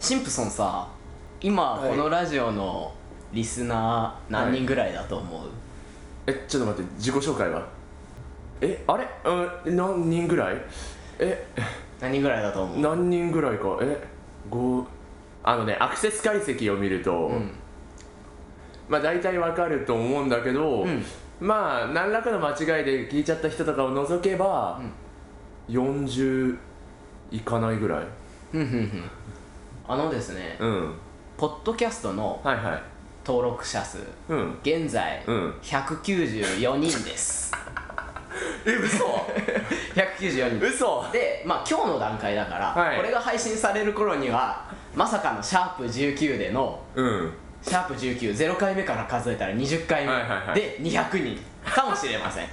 シンプソンさ今はいこのラジオのリスナー何人ぐらいだと思う、えちょっと待って自己紹介はえあれうん何人ぐらいえ何人ぐらいだと思う何人ぐらいかえ五あのねアクセス解析を見ると、うんまあ大体わかると思うんだけど、うんまあ何らかの間違いで聞いちゃった人とかを除けば、40いかないぐらいふんふんふんあのですね、うんポッドキャストのはいはい登録者数うん現在、うん194人です え嘘194人嘘でまあ今日の段階だから、はいこれが配信される頃にはまさかのシャープ19でのうんシャープ190回目から数えたら20回目はいはいはいで200人かもしれません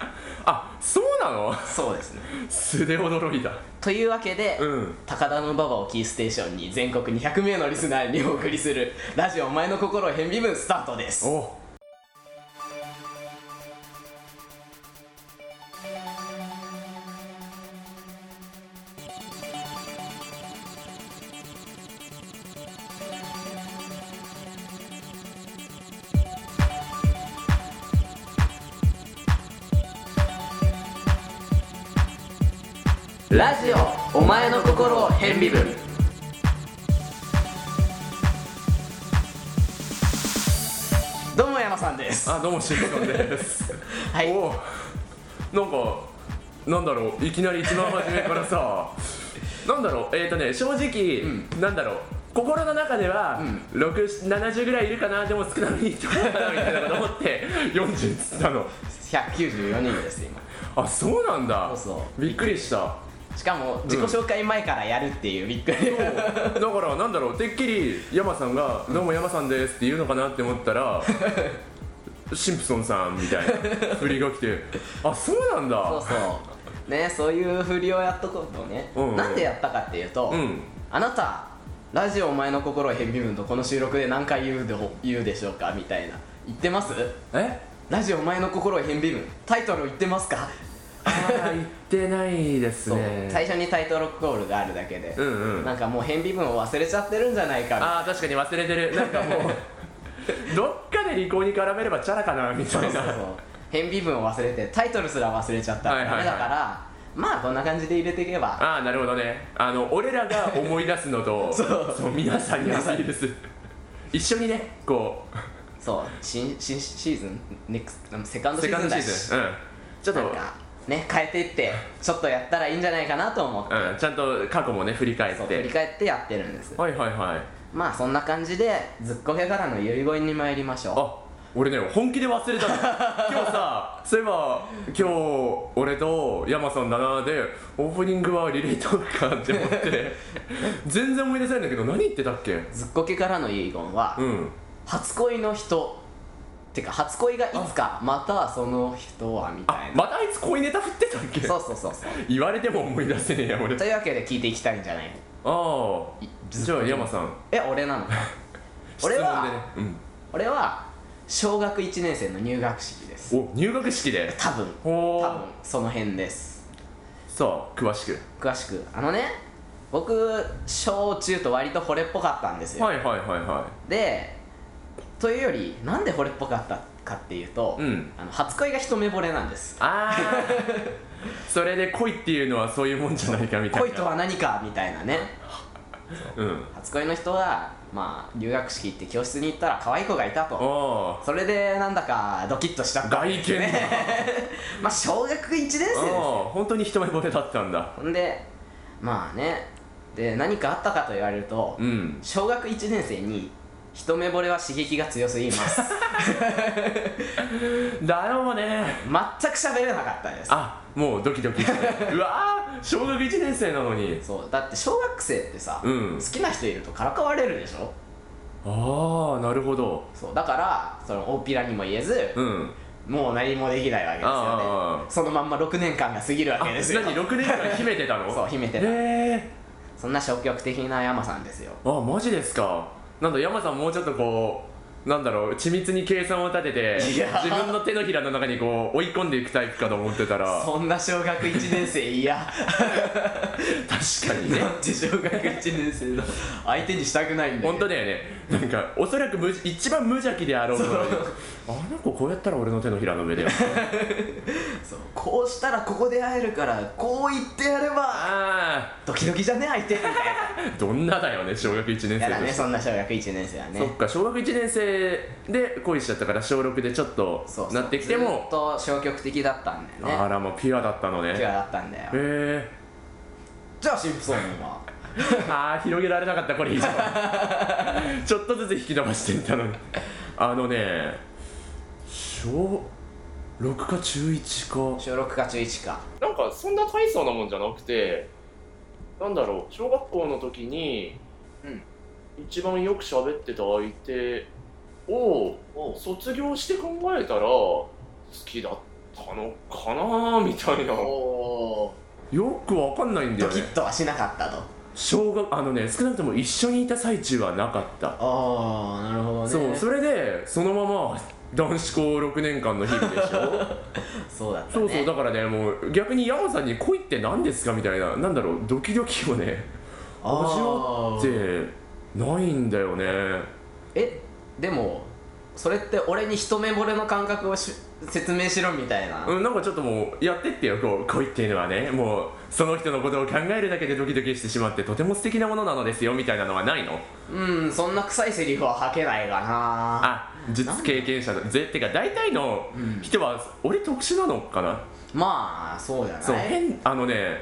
あそうなの そうですね素で驚いたというわけで、うん高田の馬場をキーステーションに全国200名のリスナーにお送りするラジオお前の心を変微分スタートですおラジオお前の心を変微分どうも山さんですあどうもしんこですはいおなんかなんだろういきなり一番初めからさなんだろうえっ、ー、とね正直、なんだろう心の中では、六70ぐらいいるかなでも少なめにいってことかなみたいなこと思って40っつったの194人です今あそうなんだそうそびっくりしたしかも自己紹介前からやるっていうびっくり、そうだからなんだろうてっきり山さんが「どうも山さんです」って言うのかなって思ったら シンプソンさんみたいな振りが来てあそうなんだそうそうねそういう振りをやっとこうとね、うんうんなんでやったかっていうと、うんあなたラジオお前の心を変微分とこの収録で何回言うでほ言うでしょうかみたいな言ってますえラジオお前の心を変微分タイトル言ってますかあー言ってないですそうね最初にタイトルコールがあるだけで、うんうんなんかもう変微分を忘れちゃってるんじゃないかみたいなああ確かに忘れてるなんかも うどっかで離婚に絡めればチャラかなみたそうそいうそうな変微分を忘れてタイトルすら忘れちゃったらダメだから、はいはまあこんな感じで入れていけばああなるほどねあの俺らが思い出すのとそう皆さんに忘れです一緒にねこうそう新新シーズンネクスセカンドシセーカズンンドシだーしズンうんちょっとなんかね変えていってちょっとやったらいいんじゃないかなと思って、うん、ちゃんと過去もね振り返っそうて振り返ってやってるんですはいはいはいまあそんな感じでずっこけからの遺言に参りましょあ俺ね本気で忘れ たの今日さそういえば今日俺と山さんだなでオープニングはリレートーかって思って全然思い出せないんだけど何言ってたっけうずっこけからの遺言は、うん初恋の人てか初恋がいつかまたはその人はみたあいなまたあいつ恋ネタ振ってたっけそうそうそう そう言われても思い出せねえや俺とあいうわけで聞いていきたいんじゃないあじゃあ山さんえ俺なの 質問俺でねは、俺は小学1年生の入学式ですうん、お入学式で多分ほ多分うその辺ですさあ詳しく詳しくあのね僕小中と割と惚れっぽかったんですよ、はいはいはいはでというよりなんで惚れっぽかったかっていうと、うんあの初恋が一目惚れなんですいああ それで恋っていうのはそういうもんじゃないかみたいな恋とは何かみたいなねうん初恋の人がまあ留学式行って教室に行ったら可愛い子がいたとおーそれでなんだかドキッとした外見だ、まあ小学1年生ですあよー本当に一目惚れだったんだほんでまあねで何かあったかと言われると、うん小学1年生に一目惚れは刺激が強すぎま すだろうね全く喋れなかったんですあもうドキドキして うわー小学1年生なのにそうだって小学生ってさ、うん好きな人いるとからかわれるでしょああなるほどそうだからその大っぴらにも言えず、うんもう何もできないわけですああよあねあそのまんま6年間が過ぎるわあけ何ですよ6年間秘めてた のそう秘めてたへえそんな消極的な山さんですよあマジですかなんだ山さんもうちょっとこうなんだろう緻密に計算を立てていや自分の手のひらの中にこう追い込んでいくタイプかと思って たらそんな小学1年生嫌確かにねなんて小学1年生の相手にしたくないんだよ本当だよねなんかおそらく無一番無邪気であろうのにあの子こうやったら俺の手のひら の上だよそうこうしたらここで会えるからこう言ってやればあドキドキじゃね相手みたいなあどんなだよね小学1年や 生だとねしてそんな小学1年生はねそっか小学1年生で恋しちゃったから小6でちょっとそうそうなってきてずっもと消極的だったんだよあねらもうピュアだったのねピュアだったんだよへじゃあシンプソンはえああ広げられなかったこれ以上 ちょっとずつ引き伸ばしていったのにあのね小6か中1か小6か中1かなんかそんな大層なもんじゃなくてなんだろう小学校の時に、うん一番よく喋ってた相手をお卒業して考えたら好きだったのかなみたいなおよくわかんないんドだよキねッとはしなかったと小学あのね少なくとも一緒にいた最中はなかった、ああなるほどねそうそれでそのまま男子校6年間の日々でしょそうだ ったねそうそうだからねもう逆に山さんに恋って何ですかみたいななんだろうドキドキをね味わあっーてないんだよねえでもそれって俺に一目惚れの感覚をし説明しろみたいな、うんなんかちょっともうやってってよこう恋っていうのはねもうその人のことを考えるだけでドキドキしてしまってとても素敵なものなのですよみたいなのはないのうんそんな臭いセリフは吐けないかなあ実経験者だぜってか大体の人は、俺特殊なのかなまあそうじゃないそう変あのね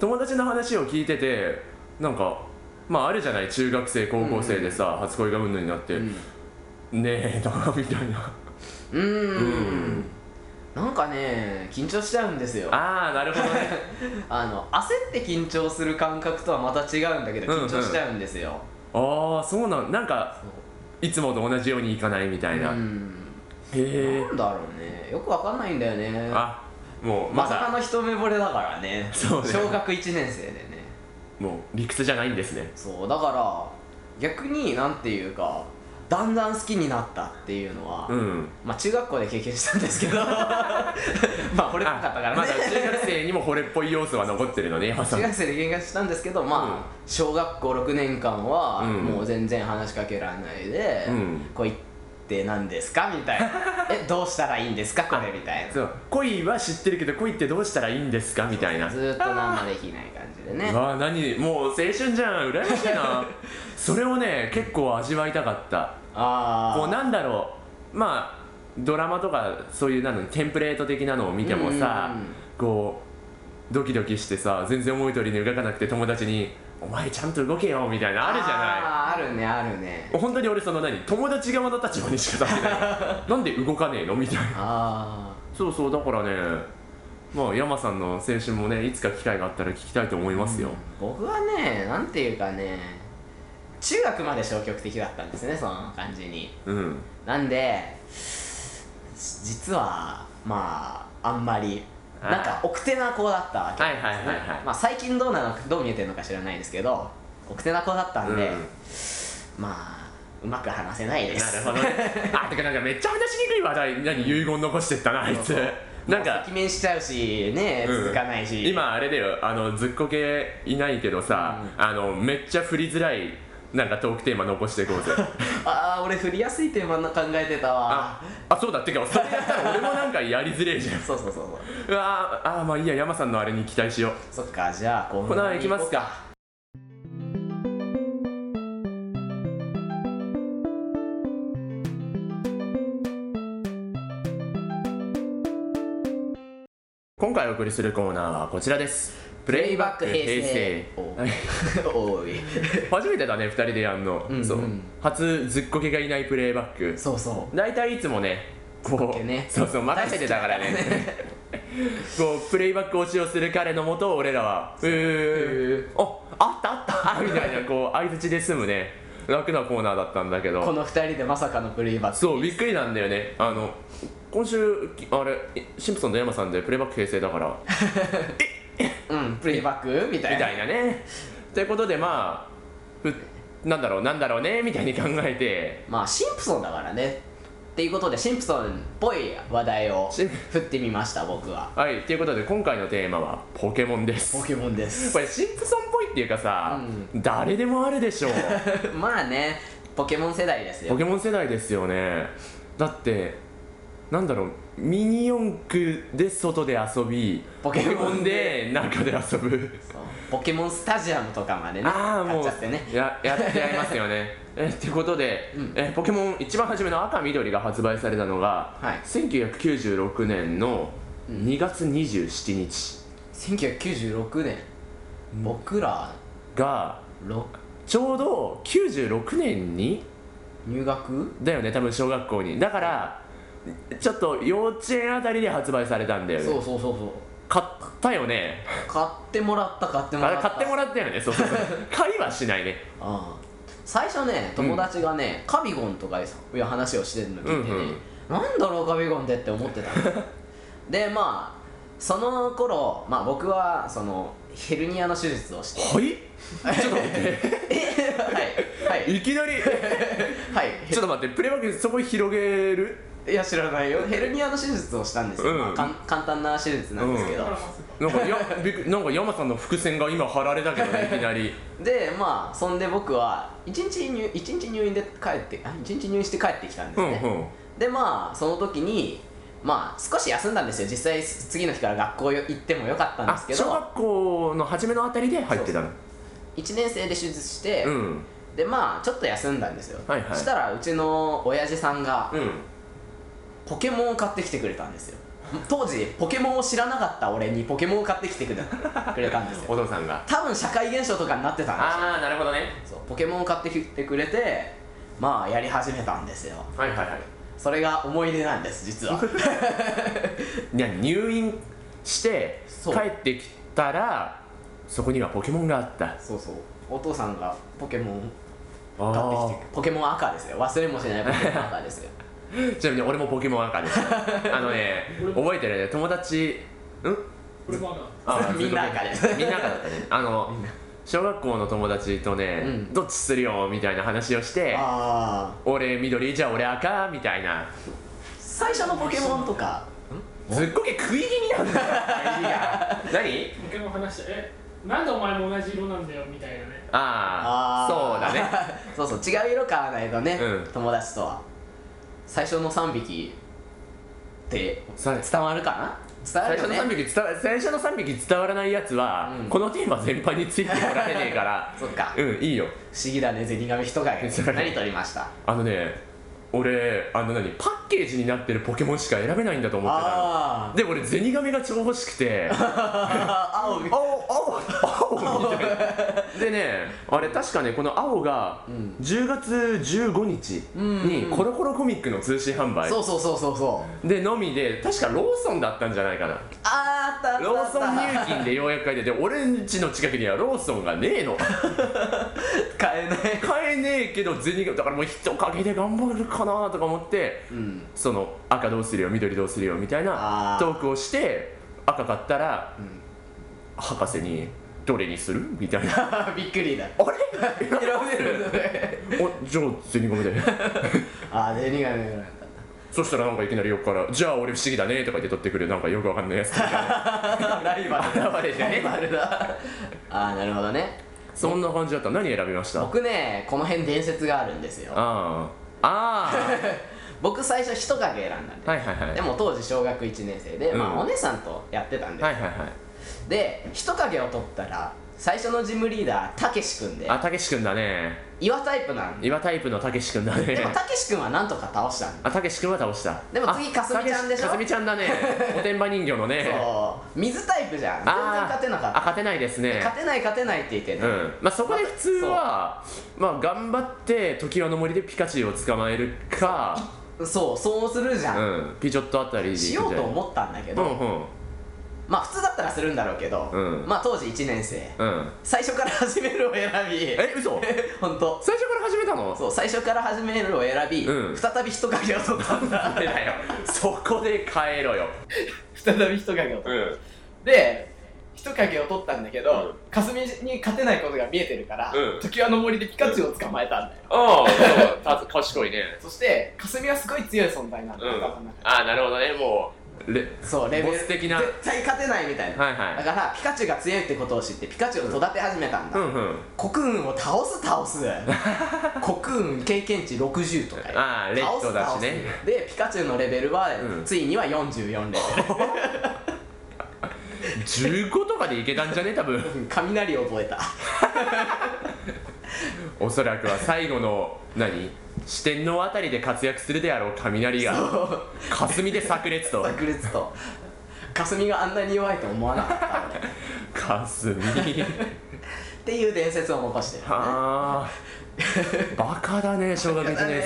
友達の話を聞いててなんかまああるじゃない中学生高校生でさ、初恋がうんぬんになって、んねえなみたいなうーんうんなんかね緊張しちゃうんですよあああなるほどねの焦って緊張する感覚とはまた違うんだけどうんうん緊張しちゃうんですよ、ああそうなんなんかいつもと同じようにいかないみたいな、うへんえなんだろうねよくわかんないんだよねあもうままさかだの一目惚れだからねそうね小学1年生でねもう理屈じゃないんですねそうだから逆になんていうかだんだん好きになったっていうのは、うんまあ中学校で経験したんですけ どまあ惚れなかったからね、あまだ中学生にも惚れっぽい要素は残ってるのね 山さ中ん学生で喧嘩したんですけどまあ、うん小学校6年間はうんもう全然話しかけられないで「うんこう言って何ですか?」み たいな「えどうしたらいいんですかこれ」みたいなそう恋は知ってるけど恋ってどうしたらいいんですかみたいなずーっと何もできない感じでねうわあ何もう青春じゃん羨ましいな それをね結構味わいたかったこうあなんだろうまあドラマとかそういうなのテンプレート的なのを見てもさ、うんうんうんこうドキドキしてさ全然思い通りに動かなくて友達に「お前ちゃんと動けよ」みたいなのああるじゃあーあるねあるねない本当に俺その何友達側の立場にしか立ってない なんで動かねえのみたいなあそうそうだからねまあ山さんの青春もねいつか機会があったら聞きたいと思いますよ、あ僕はねなんていうかね中学まで消極的だったんですねその感じにうんなんで実はまああんまりあーなんか奥手な子だったわけなんですねはいはいはいはいまあ最近どうなのかどう見えてるのか知らないですけど奥手な子だったんで、うんまあうまく話せないですなるほどねあてかなんかめっちゃ話しにくい話題何遺言残してったなあいつそうなんもうか赤面しちゃうしねうん続かないし、今あれだよあのずっこけいないけどさ、あのめっちゃ振りづらいなんかトークテーマ残していこうぜああ俺振りやすいテーマな考えてたわ ああそうだってかそれやったら俺もなんかやりづれえじゃん そうそうそうそううわーあーまあいいや山さんのあれに期待しようそっかじゃあここの辺いきますか今回お送りするコーナーはこちらですププレイバック平成おい初めてだね2人でやんの、んうんそう初ずっこけがいないプレイバッ クそうそう大体いつもねこけうねそうそう任せてたからねこうプレイバック推しをする彼のもとを俺らは「うーああったあった」みたいなこう相槌で済むね楽なコーナーだったんだけこどの二人でまさかのプレイバックそうびっくりなんだよねあの今週きあれえシンプソンと山さんでプレイバック平成だからうんプレイバックみたいみな たいなねってことでまあふなんだろうなんだろうねみたいに考えてまあシンプソンだからねっていうことでシンプソンっぽい話題をシン振ってみました僕ははいということで今回のテーマはポケモンですポケモン ですこれシンプソンっぽいっていうかさ、う誰でもあるで しょうまあねポケモン世代ですポよケモン世代ですよねだってなんだろうミニ四駆で外で遊びポケモンで中でそ遊ぶうポケモンスタジアムとかまでねああ買っもうちゃってねややってやりますよ ねえってことで、うんえポケモン一番初めの赤緑が発売されたのが、はい1996年の2月27日1996年僕らがろちょうど96年に入学だよね多分小学校にだからちょっと幼稚園あたりで発売されたんだよねそうそうそうそう買ったよね買ってもらった買ってもあられった買ってもらったよねそうそうそう買いはしないねああ最初ね友達がね、カビゴンとかいう話をしてるの聞いてね、うんうんなんだろうカビゴンってって思ってた のでまあその頃、まあ、僕はそのヘルニアの手術をしてはいちょっと待っえ はいはていいきなりはいちょっと待ってプレイバックそこ広げるいや知らないよヘルニアの手術をしたんですよ、うんまあかん簡単な手術なんですけど、なんかやびっくなんか山さんの伏線が今張られたけどねいきなりでまあそんで僕は1日入一日入院で帰ってあ一日入院して帰ってきたんでうすんね、うんでまあその時にまあ少し休んだんですよ実際次の日から学校行ってもよかったんであすけ小ど学校の初めのあたりで入ってたの1年生で手術して、うんでまあちょっと休んだんですよ、はいはいしたらうちの親父さんがうんポケモンを買ってきてくれたんですよ当時ポケモンを知らなかった俺にポケモンを買ってきてくれくれたんですよ お父さんが多分社会現象とかになってたんですよああなるほどねそうポケモンを買ってきてくれてまあやり始めたんですよはいはいはいそれが思い出なんです実 はいや入院してそう帰ってきたらそこにはポケモンがあったそうそうお父さんがポケモン買あってきーてポケモン赤ですよ忘れもしないポケモン赤ですよちなみに俺もポケモン 赤ですあのね覚えてるね友達うん俺もある あみんな赤ですみんな赤だったねあの小学校の友達とね、うんどっちするよみたいな話をしてああ俺緑じゃあ俺赤みたいな最初のポケモンとかすっごい食い気味なんだよ入りが何ポケモン話してえなんでお前も同じ色なんだよみたいなねああそうだ ねねそうそう違う色買わないとね、うん友達とは最初の3匹ってさ伝わるかな伝わる最よ初のね3匹伝わ最初の3匹伝わらないやつは、うんこのテーマ全般についてこられねえからそっか うんいいよ不思議だね銭神人影そう何撮りましたあのね俺あの何パッケージになってるポケモンしか選べないんだと思ってたのあで俺ゼニガメが超欲しく てあ青み青青青みたいな でねあれ確かねこの青がん10月15日にコロコロコミックの通信販売そうそうそうそうそうでのみで確かローソンだったんじゃないかなあーあったあったローソンあ入金でようやく買えてで俺んちの近くにはローソンがねえのった買えない買えねえけど銭がだからもう人陰で頑張るかなとか思って、ん その赤どうするよ緑どうするよみたいなあートークをして赤買ったら、博士に「どれにする?」みたいな びっくりだあれ選べるんだね おじゃあゼニガメで ああ銭神なんだそしたらなんかいきなり横から「じゃあ俺不思議だね」とか言って取ってくるなんかよくわか んないやつライバルだ現れてねライバルだああなるほどねそんな感じだった何選びましたあ僕ねこの辺伝説があるんですよああ僕最初人影選んだんあではいはいはいでも当時小学1年生で、まうんあ、お姉さんとやってたんで、はいはいはいで人影を取ったら最初のジムリーダーたけし君であたけし君だね岩タイプなんで岩タイプのたけし君だねでもたけし君はなんとか倒したんであたけし君は倒したでも次あかすみちゃんでしょたけかすみちゃん だねおてんば人形のねそう水タイプじゃん全然あー勝てなかあった勝てないですね勝てない勝てないって言ってね、うんまあ、そこで普通は、まあ、頑張って時はの森でピカチュウを捕まえるかそうそうするじゃん、うん、ピチョットあたりでしようと思ったんだけうど、んうんまあ普通だったらするんだろうけど、うんまあ当時1年生うん最初から始めるを選びえ嘘 本当最初から始めたのそう最初から始めるを選び、うん再び人影を取ったん だだよそこで帰ろよ再び人影を取った、んで一人影を取ったんだけど、うん霞に勝てないことが見えてるから、うん時はの森でピカチュウを捕まえたんだよ、ああそうた賢いねそして霞はすごい強い存在なんだうよ、ん頭の中でああなるほどねもうレそうレベボルス的な絶対勝てないみたいな、はいはいだからピカチュウが強いってことを知ってピカチュウを育て始めたんだ、うんうんコクーンを倒す倒 すコクーン経験値60とかよああレッドだしね倒すでピカチュウのレベルは、うんついには44レベ15とかでいけたんじゃね多分ル うん雷を覚えたおそらくは最後の何四天王あたりで活躍するであろう雷が霞で炸裂と炸裂と霞があんなに弱いと思わなかった俺っ霞ていう伝説を残してるねあーバカだね小学1年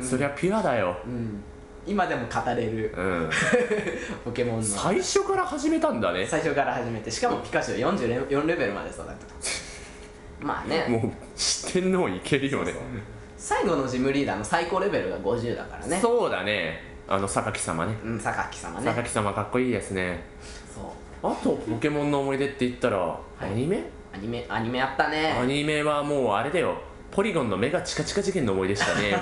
生、そりゃピュアだようん今でも語れるうんポケモンの最初から始めたんだね最初から始めてしかもピカチュウ44レベルまで育てた まあねもう四天王いけるよね最後のジムリーダーの最高レベルが50だからねそうだねあの榊様ねうん榊様ね榊様かっこいいですねそうあとポケモンの思い出って言ったら、いアニメアニメアニメやったアねニメはもうあれだよポリゴンの目がチカチカ事件の思い出したね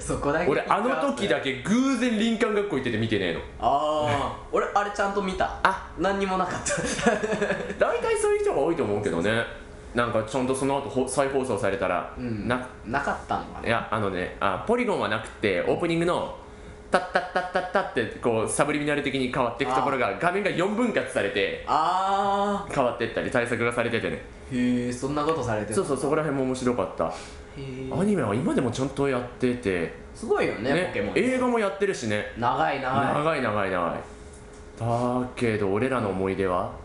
そこだけ俺あの時だけ偶然林間学校行ってて見てねえのああ俺あれちゃんと見たあ何にもなかった 大体そういう人が多いと思うけどねなんかちゃんとその後ほ再放送されたら、うんななかったのかいねやあのねあポリゴンはなくてオープニングの「タッタッタッタッタ」ってこうサブリミナル的に変わっていくところが画面が4分割されてあ変わっていったり対策がされててねあへえそんなことされてるそうそうそこら辺も面白かったへアえニメは今でもちゃんとやってて、すごいよねポケモン映画もやってるしね長い長い長い長い長いだけど俺らの思い出は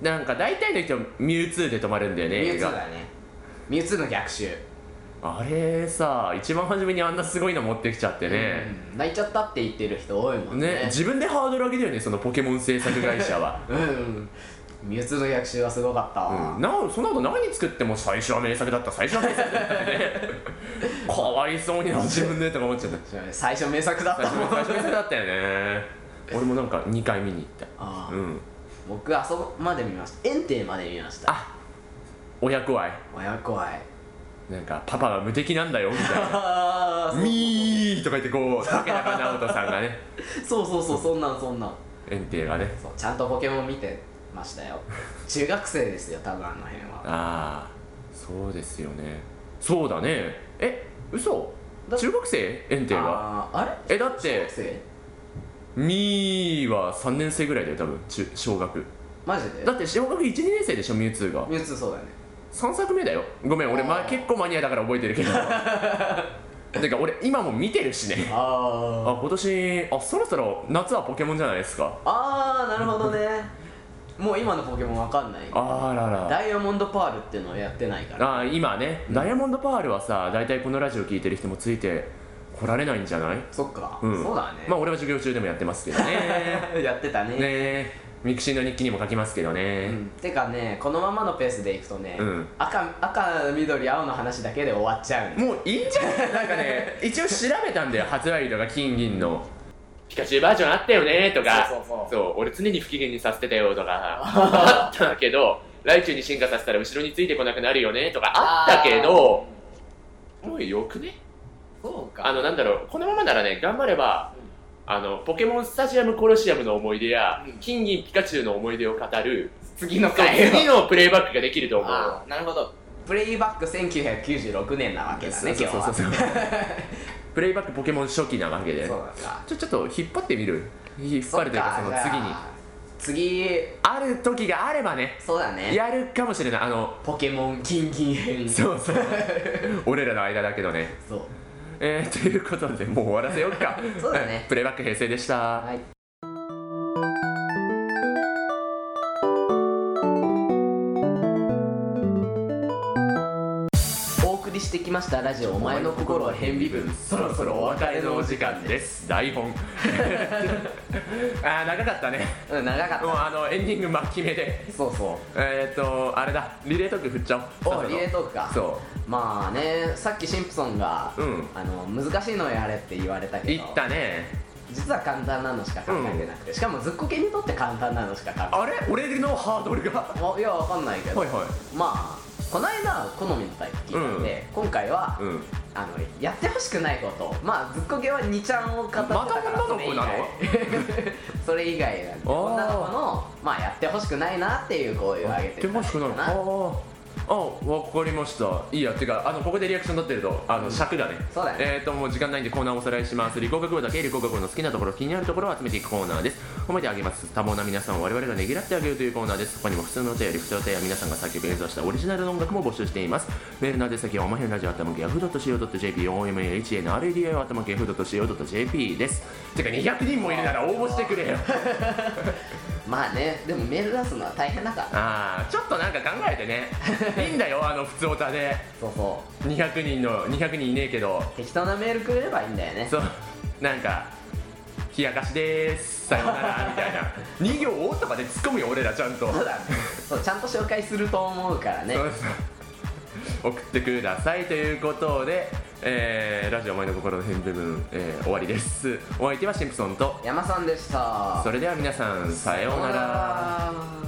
なんか大体の人はミュウツーで止まるんだよねミュウ映ツー画だねミュウツーの逆襲あれさ一番初めにあんなすごいの持ってきちゃってね、うん泣いちゃったって言ってる人多いもんねね自分でハードル上げだよねそのポケモン制作会 社はうんミュウツーの逆襲はすごかったわうん、なおその後何作っても最初は名作だった最初は名作だったってね かわいそうにな自分でとか思っちゃった最初名作だったもん最初名作だったよね俺もなんか2回見に行ったああうん僕あそこまで見ました園庭まで見ましたあ親子愛親子愛 なんかパパは無敵なんだよみたいなあ「ミー」とか言ってこう竹中直人さんがねーそうそうそうそんなんそんなん園庭がねそうちゃんとポケモン見てました よ中学生ですよ多分あの辺はああそうですよねそうだねえ嘘だ中学生園庭があーあれえだっ中て学生「ミー」は3年生ぐらいだよ多分中小学マジでだって小学12年生でしょミュウツーがミュウツーそうだよね3作目だよごめん俺、まああ、ー結構マニアだから覚えて るけどてか俺今も見てるしねあーあ今年あそろそろ夏はポケモンじゃないですかあーなるほどね もう今のポケモンわかんないあららダイヤモンドパールっていうのをやってないからあー今ね、ダイヤモンドパールはさ大体このラジオ聞いてる人もついて来られないんじゃない、そっか、うん、そうだね、まあ俺は授業中でもやってますけど ねやってたねねえミクシーの日記にも書きますけどうね、ん、てかねこのままのペースでいくとね、うん赤赤緑青の話だけで終わっちゃうんでもういいんじゃ ないなんかね一応調べたんだよ発売日とか金銀のピカチュウバージョンあったよねとかそうそうそう俺常に不機嫌にさせてたよ とかあったけどライチュウに進化させたら後ろについてこなくなるよねとかあったけどもうよくねそうかあのなんだろうこのままならね頑張れば、あのポケモンスタジアムコロシアムの思い出や、うん金銀ピカチュウの思い出を語る次の回を次のプレイバックができると思うあーなるほどプレイバック1996年なわけだね今日はそうそうプレイバックポケモン初期なわけでそうなんだちょちょっと引っ張ってみる引っ張るというかその次に次に次ある時があればねそうだねやるかもしれないあのポケモン金銀編 そうそうそう俺らの間だけどねえー、ということでもう終わらせようかそうだね プレイバック平成でしたはいお送りしてきましたラジオ「お前の心を変微分」そろそろお別れのお時間です台本 あー長かったねうん長かったもうあのエンディング巻き目でそうそえーっとあれだリレートーク振っちゃおううそろおそろリレートークかそまあねさっきシンプソンが、うんあの難しいのをやれって言われたうけ行どったね実は簡単なのしか考えてなくて、しかもずっこけにとって簡単なのしか考えてあれ俺のハードルが なはいいやわかんないけいど、はまあこの間は好みのタイプ聞いたんで、今回は、いうんあのやってほしくないことまあずっこけは2ちゃんを語ってたからまた女の子なのそれ以外 それ以外なんであー女の子のまあやってほしくないなっていう声を上げて手間しくなるあなーあわかりましたいいやっていうかあのここでリアクション取ってるとあの尺だねそうだねえっ、ともう時間ないんでコーナーをおさらいします理工学部だけ理工学部の好きなところ気になるところを集めていくコーナーです褒めてあげます多忙な皆さんを我々がねぎらってあげるというコーナーですここにも普通のお便り普通のお便りや皆さんが作曲演奏したオリジナルの音楽も募集していますメールの宛先はおまへんラジオあたまき Yahoo.co.jp OMAHNRADIO あたまき Yahoo.co.jp ですてか200人もいるなら応募してくれよまあねでもメール出すのは大変だからあーちょっとなんか考えてね いいんだよあの普通オタでそうそ200人の200人いねえけどう適当なメールくれればいいんだよねそうなんか「冷やかしでーすさよなら」みたいな「2行」とかで突っ込むよ俺らちゃんとそうだねそうちゃんと紹介すると思うからねそうそう送ってくださいということで、えーラジオ「お前の心の変部分」えー終わりですお相手はシンプソンと山さんでしたそれでは皆さんさようならら